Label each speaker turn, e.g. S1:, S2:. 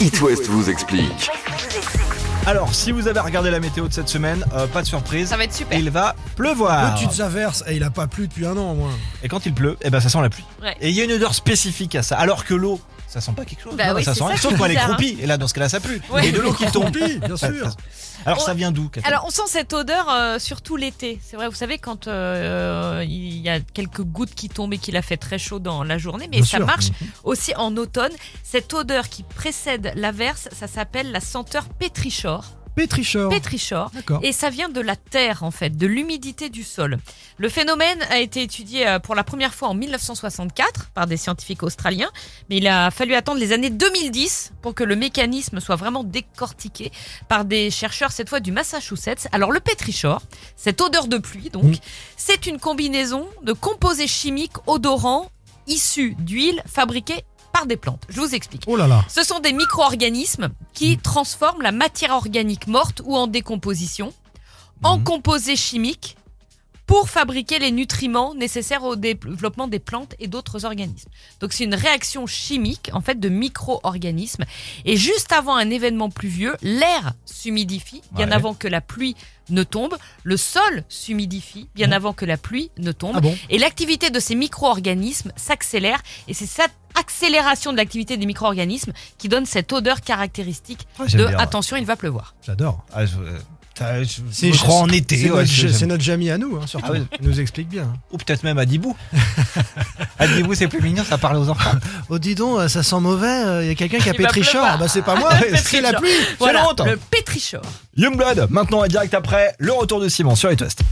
S1: It West vous explique.
S2: Alors, si vous avez regardé la météo de cette semaine, euh, pas de surprise.
S3: Ça va être super.
S2: Il va pleuvoir.
S4: Petites averses, et eh, il a pas plu depuis un an au moins.
S2: Et quand il pleut, eh ben ça sent la pluie.
S3: Ouais.
S2: Et il y a une odeur spécifique à ça. Alors que l'eau, ça sent pas quelque chose.
S3: Bah
S2: Non,
S3: oui,
S2: ça sent
S3: c'est ça
S2: rien.
S3: qui
S2: Sauf
S3: est
S2: quand elle est
S3: bizarre, hein.
S2: croupie. Et là, dans ce cas-là, ça pue.
S3: Ouais.
S2: Et de l'eau qui tombe.
S4: Tant pis, bien sûr.
S2: Alors,
S3: Oh.
S2: ça vient d'où Catherine
S3: Alors on sent cette odeur euh, surtout l'été. C'est vrai, vous savez quand euh, il y a quelques gouttes qui tombent et qu'il a fait très chaud dans la journée, mais
S4: Bien
S3: ça
S4: sûr. Mhm.
S3: marche aussi en automne. Cette odeur qui précède l'averse, ça s'appelle la senteur pétrichor.
S4: Pétricheur.
S3: Pétrichor.
S4: D'accord.
S3: Et ça vient de la terre, en fait, de l'humidité du sol. Le phénomène a été étudié euh, pour la première fois en 1964 par des scientifiques australiens, mais il a fallu attendre les années 2010 pour que le mécanisme soit vraiment décortiqué par des chercheurs, cette fois du Massachusetts. Alors, le pétrichor, cette odeur de pluie, donc,
S4: Mm.
S3: c'est une combinaison de composés chimiques odorants issus d'huiles fabriquées par des plantes. Je vous explique.
S4: Oh là là.
S3: Ce sont des micro-organismes
S4: Mhm.
S3: qui transforment la matière organique morte ou en décomposition en
S4: Mhm.
S3: composés chimiques pour fabriquer les nutriments nécessaires au développement des plantes et d'autres organismes. Donc c'est une réaction chimique en fait de micro-organismes et juste avant un événement pluvieux, l'air s'humidifie bien
S2: Ouais.
S3: avant que la pluie ne tombe, le sol s'humidifie bien avant que la pluie ne tombe
S4: Mhm. Ah bon
S3: et l'activité de ces micro-organismes s'accélère. Et c'est cette accélération de l'activité des micro-organismes qui donne cette odeur caractéristique
S2: Ah, j'aime
S3: de
S2: bien.
S3: attention, il va pleuvoir.
S4: J'adore.
S2: Ah, je- euh, ça, je-
S4: C'est
S2: je
S4: juste-
S2: crois en été. ouais,
S4: C'est notre,
S2: je-
S4: ja-
S2: j'aime.
S4: c'est notre Jamie à nous, hein, surtout.
S2: Ah ouais.
S4: Il nous explique bien. hein.
S2: Ou peut-être même à Dibou. à Dibou, c'est plus mignon, ça parle aux enfants.
S4: Oh, dis donc, ça sent mauvais. euh, Il y a quelqu'un qui
S3: a Il va pétricheur. pleuvoir.
S4: Bah, c'est pas moi, c'est la
S3: Pétricheur.
S4: pluie.
S3: Voilà,
S2: honte.
S3: le pétrichor.
S2: Youngblood, maintenant en direct après le retour de Simon sur It West.